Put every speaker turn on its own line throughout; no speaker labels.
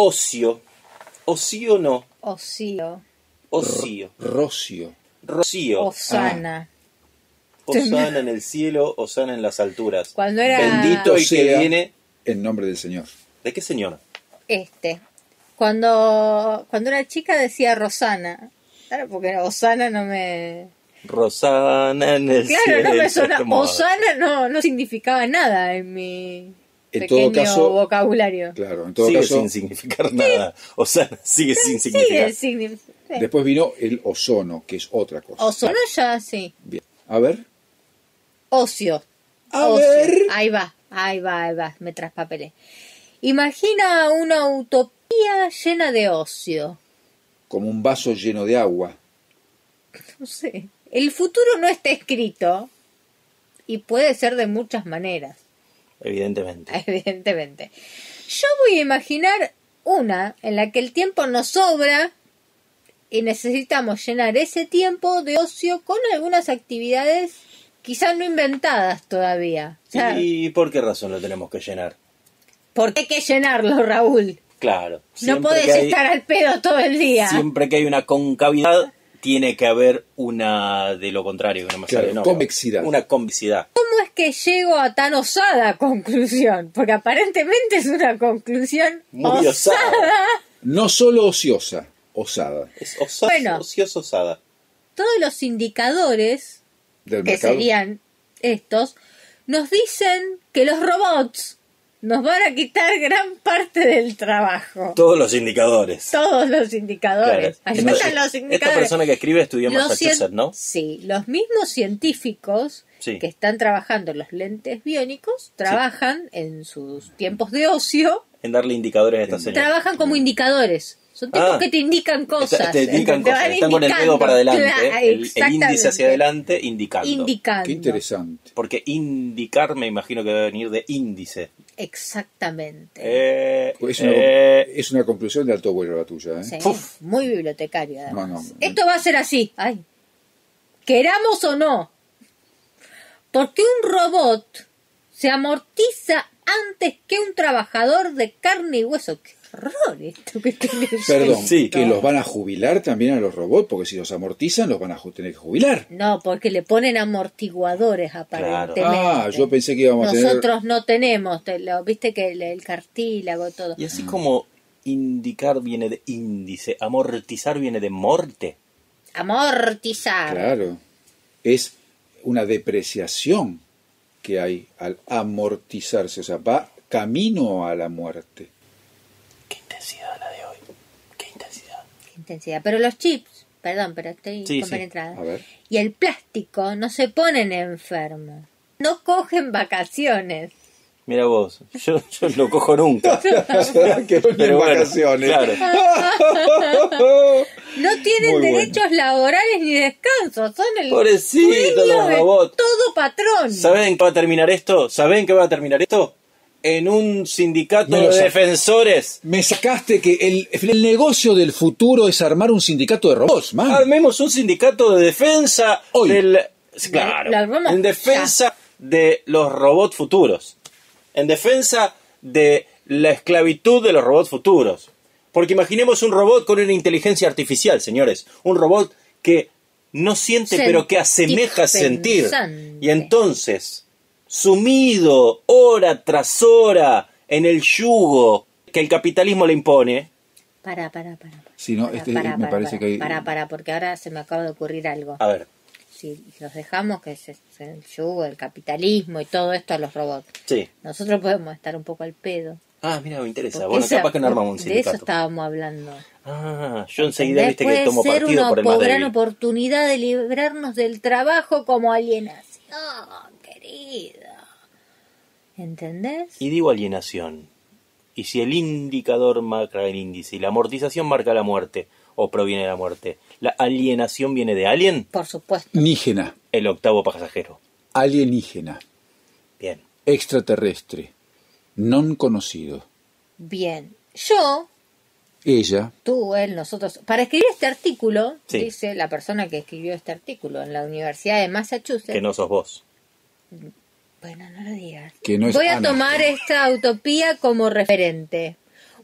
Ocio. Ocio no.
Ocio.
Ocio.
Rocio.
Rocío.
Osana.
Ah.
Osana en el cielo, Osana en las alturas.
Cuando era-
Bendito y que
Sea.
viene.
En nombre del Señor.
¿De qué señor?
Este. Cuando, cuando era chica decía Rosana. Claro, porque era Osana no me.
Rosana en el cielo.
Claro, no me suena.
Hermoso.
Osana no, no significaba nada en mi
En todo
pequeño
caso-
vocabulario.
Claro, en todo
sigue
caso.
sin significar nada. Osana sigue sin significar.
Sigue significando.
Después vino el ozono, que es otra cosa.
Ozono ya sí.
Bien. A ver.
Ocio.
A
Ocio.
ver.
Ahí va, ahí va, ahí va. Me traspapelé. Imagina una utopía llena de ocio.
Como un vaso lleno de agua.
No sé. El futuro no está escrito y puede ser de muchas maneras,
Evidentemente.
evidentemente. Yo voy a imaginar una en la que el tiempo nos sobra y necesitamos llenar ese tiempo de ocio con algunas actividades quizás no inventadas todavía. O sea,
¿Y por qué razón lo tenemos que llenar?
¿Por qué hay que llenarlo, Raúl?
Claro.
No
siempre
podés
que hay-
estar al pedo todo el día.
Siempre que hay una concavidad, tiene que haber una de lo contrario. que No me
Claro,
sale el nombre.
convexidad.
Una convexidad.
¿Cómo es que llego a tan osada conclusión? Porque aparentemente es una conclusión
Muy osada.
No solo ociosa, osada.
Es osa-
Bueno.
ociosa osada.
todos los indicadores,
Del
que
mercado.
serían estos, nos dicen que los robots nos van a quitar gran parte del trabajo.
Todos los indicadores.
Todos los
Claro.
indicadores. Ahí
Entonces,
están los
Esta
indicadores.
persona que escribe estudió en
Los
Massachusetts,
cien-
¿no?
Sí, los mismos científicos
Sí.
que están trabajando en los lentes biónicos trabajan en sus tiempos de ocio,
En darle indicadores a esta señora.
trabajan como indicadores. Son tipos
Ah.
que te indican cosas.
Está- te indican
te
cosas,
van
están con el dedo
indicando.
para adelante, ¿eh?
Claro,
el- el, índice
exactamente.
hacia adelante indicando.
Indicando.
Qué interesante.
Porque indicar me imagino que debe venir de índice.
Exactamente.
Eh,
Pues Es una,
eh,
es una conclusión de alto vuelo la tuya. ¿eh?
Sí,
puf.
Muy bibliotecario, además.
No, no.
Esto va a ser así. Ay. Queramos o no. Porque un robot se amortiza antes que un trabajador de carne y hueso. ¡Qué horror esto que estoy leyendo.
Perdón,
Sí.
que los van a jubilar también a los robots, porque si los amortizan los van a ju- tener que jubilar.
No, porque le ponen amortiguadores aparentemente.
Ah, yo pensé que íbamos a tener-
Nosotros no tenemos, te lo- viste que el, el cartílago, todo.
y así como indicar viene de índice, amortizar viene de morte.
Amortizar.
Claro. Es una depreciación que hay al amortizarse, o sea, va camino a la muerte.
Qué intensidad la de hoy. Qué intensidad.
Qué intensidad. Pero los chips, perdón, pero estoy
Sí, sí.
compenetrada.
A ver.
y el plástico no se ponen enfermos. No cogen vacaciones.
Mira vos, yo, yo no cojo nunca.
que vuelven
Pero bueno,
vacaciones.
claro.
No tienen
Muy bueno.
derechos laborales ni descanso. Son el
Pobrecito,
dueño
los
de
robots.
todo patrón.
¿Saben qué va a terminar esto? ¿Saben qué va a terminar esto? En un sindicato
Me lo
de
sa-
defensores.
Me sacaste que el, el negocio del futuro es armar un sindicato de robots, man.
Armemos un sindicato de defensa
Ah. Hoy.
del. Claro.
lo armamos
en defensa de los robots futuros. En defensa de la esclavitud de los robots futuros. Porque imaginemos un robot con una inteligencia artificial, señores. Un robot que no siente,
Sentir
pero que asemeja sentir.
pensante.
Y entonces, sumido hora tras hora en el yugo que el capitalismo le impone,
Para, para, para.
Sí, no, este, me parece que hay-
Para, para, porque ahora se me acaba de ocurrir algo.
a ver,
Si los dejamos, que se, se- el yugo, el capitalismo y todo esto a los robots.
sí.
Nosotros podemos estar un poco al pedo.
Ah, mira, me interesa.
Porque
Bueno,
esa-
capaz que no armamos un
De eso
sindicato.
estábamos hablando.
Ah, yo enseguida viste que
Puede
tomo
ser
partido
una
por el más
gran
débil.
oportunidad de librarnos del trabajo como alienación, querido. ¿Entendés?
Y digo alienación. Y si el indicador marca el índice y la amortización marca la muerte, o proviene de la muerte, la alienación viene de alien,
Por supuesto.
Nígena,
el octavo pasajero.
alienígena,
Bien.
extraterrestre, non conocido.
Bien. Yo,
Ella,
tú, él, nosotros. Para escribir este artículo,
Sí.
dice la persona que escribió este artículo en la Universidad de Massachusetts.
Que no sos vos.
Bueno, no lo digas.
que no es
Voy a
Ana.
tomar esta utopía como referente.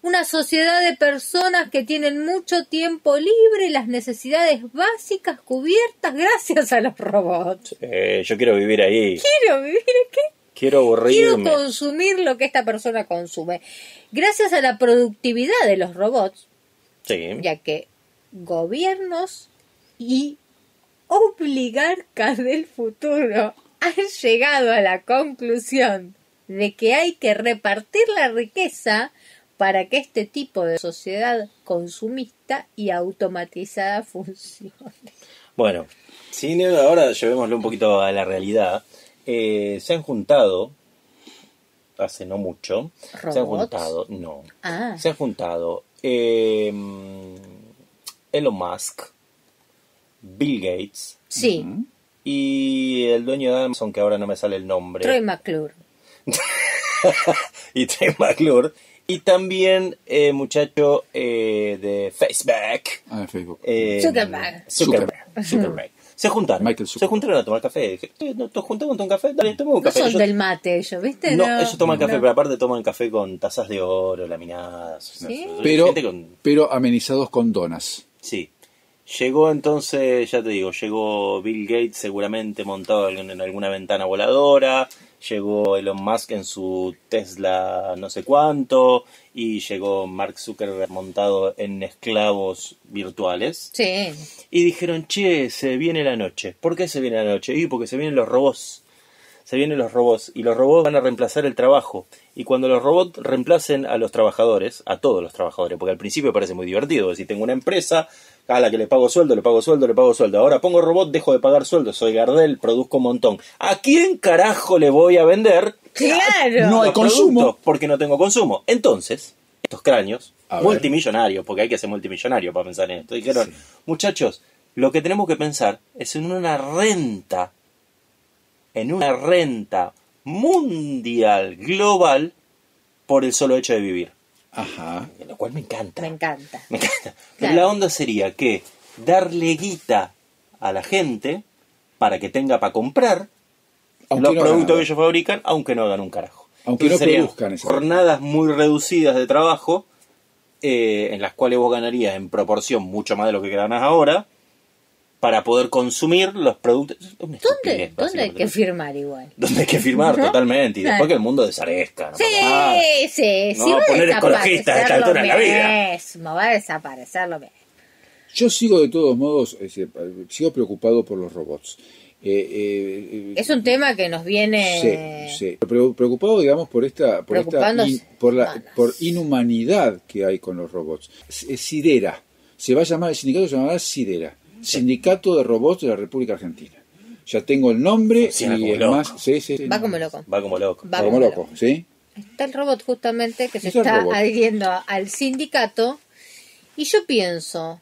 una sociedad de personas que tienen mucho tiempo libre y las necesidades básicas cubiertas gracias a los robots.
Eh, yo quiero vivir ahí.
Quiero vivir aquí.
Quiero
Quiero
aburrirme.
consumir lo que esta persona consume. Gracias a la productividad de los robots,
Sí.
ya que gobiernos y obligarcas del futuro han llegado a la conclusión de que hay que repartir la riqueza para que este tipo de sociedad consumista y automatizada funcione.
Bueno, si ahora llevémoslo un poquito a la realidad. Eh, se han juntado, hace no mucho, se han
¿Robots?
juntado, no,
Ah,
se han juntado eh, Elon Musk, Bill Gates
sí,
mm, y el dueño de Amazon, que ahora no me sale el nombre,
Troy McClure.
y Trey McClure, y también eh, muchacho eh, de Facebook.
Ah, en Facebook.
Eh,
Zuckerberg.
Zuckerberg. Zuckerberg. Se juntaron.
Michael
se
Zuckerberg.
juntaron a tomar café. Dije, "Eh, no, ¿te juntamos a tomar café? Dale, tomemos un
No
café.
son
Ellos-
del mate ellos, ¿viste?
no, ellos toman café,
no.
pero aparte toman café con tazas de oro, laminadas.
¿Sí?
No sé,
pero,
gente con-
pero amenizados con donas.
Sí. Llegó entonces, ya te digo, llegó Bill Gates seguramente montado en en alguna ventana voladora, llegó Elon Musk en su Tesla no sé cuánto, y llegó Mark Zuckerberg montado en esclavos virtuales.
Sí,
Y dijeron, che, se viene la noche. ¿Por qué se viene la noche? Y porque se vienen los robots. Se vienen los robots. Y los robots van a reemplazar el trabajo. Y cuando los robots reemplacen a los trabajadores, a todos los trabajadores, porque al principio parece muy divertido. Si tengo una empresa a la que le pago sueldo, le pago sueldo, le pago sueldo. Ahora pongo robot, dejo de pagar sueldo. Soy Gardel, produzco un montón. ¿A quién carajo le voy a vender?
claro.
No hay
los productos?
consumo.
Porque no tengo consumo. Entonces, estos cráneos,
A ver.
multimillonarios, porque hay que ser multimillonario para pensar en esto, dijeron,
Sí.
muchachos, lo que tenemos que pensar es en una renta, en una renta mundial, global, por el solo hecho de vivir.
Ajá.
Lo cual me encanta.
Me encanta.
Me encanta. Pero
Claro.
la onda sería que darle guita a la gente para que tenga para comprar
Aunque
los
no hagan
productos
nada.
que ellos fabrican, aunque no hagan un carajo.
Aunque no
serían
produzcan esa
jornadas muy reducidas de trabajo, eh, en las cuales vos ganarías en proporción mucho más de lo que ganas ahora, para poder consumir los productos. Es una
¿Dónde,
estupidez,
¿dónde hay
básicamente.
que firmar igual?
¿Dónde hay que firmar?
Ujú.
Totalmente. Y después
Claro.
que el mundo desarezca. ¿no?
Sí,
Ah,
sí, sí.
No,
va a
poner ecologistas a esta
desaparecer
altura en la
lo
vida.
Mismo, va a desaparecer lo mismo.
Yo sigo de todos modos, es decir, sigo preocupado por los robots. Eh, eh, eh,
Es un tema que nos viene.
Sí, sí. Pre- Preocupado, digamos, por esta, por, esta
Preocupándose.
in- por, la,
Humanas.
por inhumanidad que hay con los robots. S- eh, Sidera. Se va a llamar, el sindicato se llamará Sidera. Sindicato de Robots de la República Argentina. Ya tengo el nombre
Funciona
y
como
es
loco.
más. sí, sí, sí.
Va como loco.
Va como loco.
Va
Va como loco, ¿sí?
Está el robot justamente que se
Está el
está
robot.
adhiriendo a- al sindicato. Y yo pienso,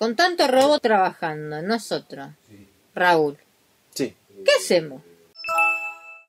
con tanto robot trabajando, nosotros, Raúl,
Sí.
¿qué hacemos?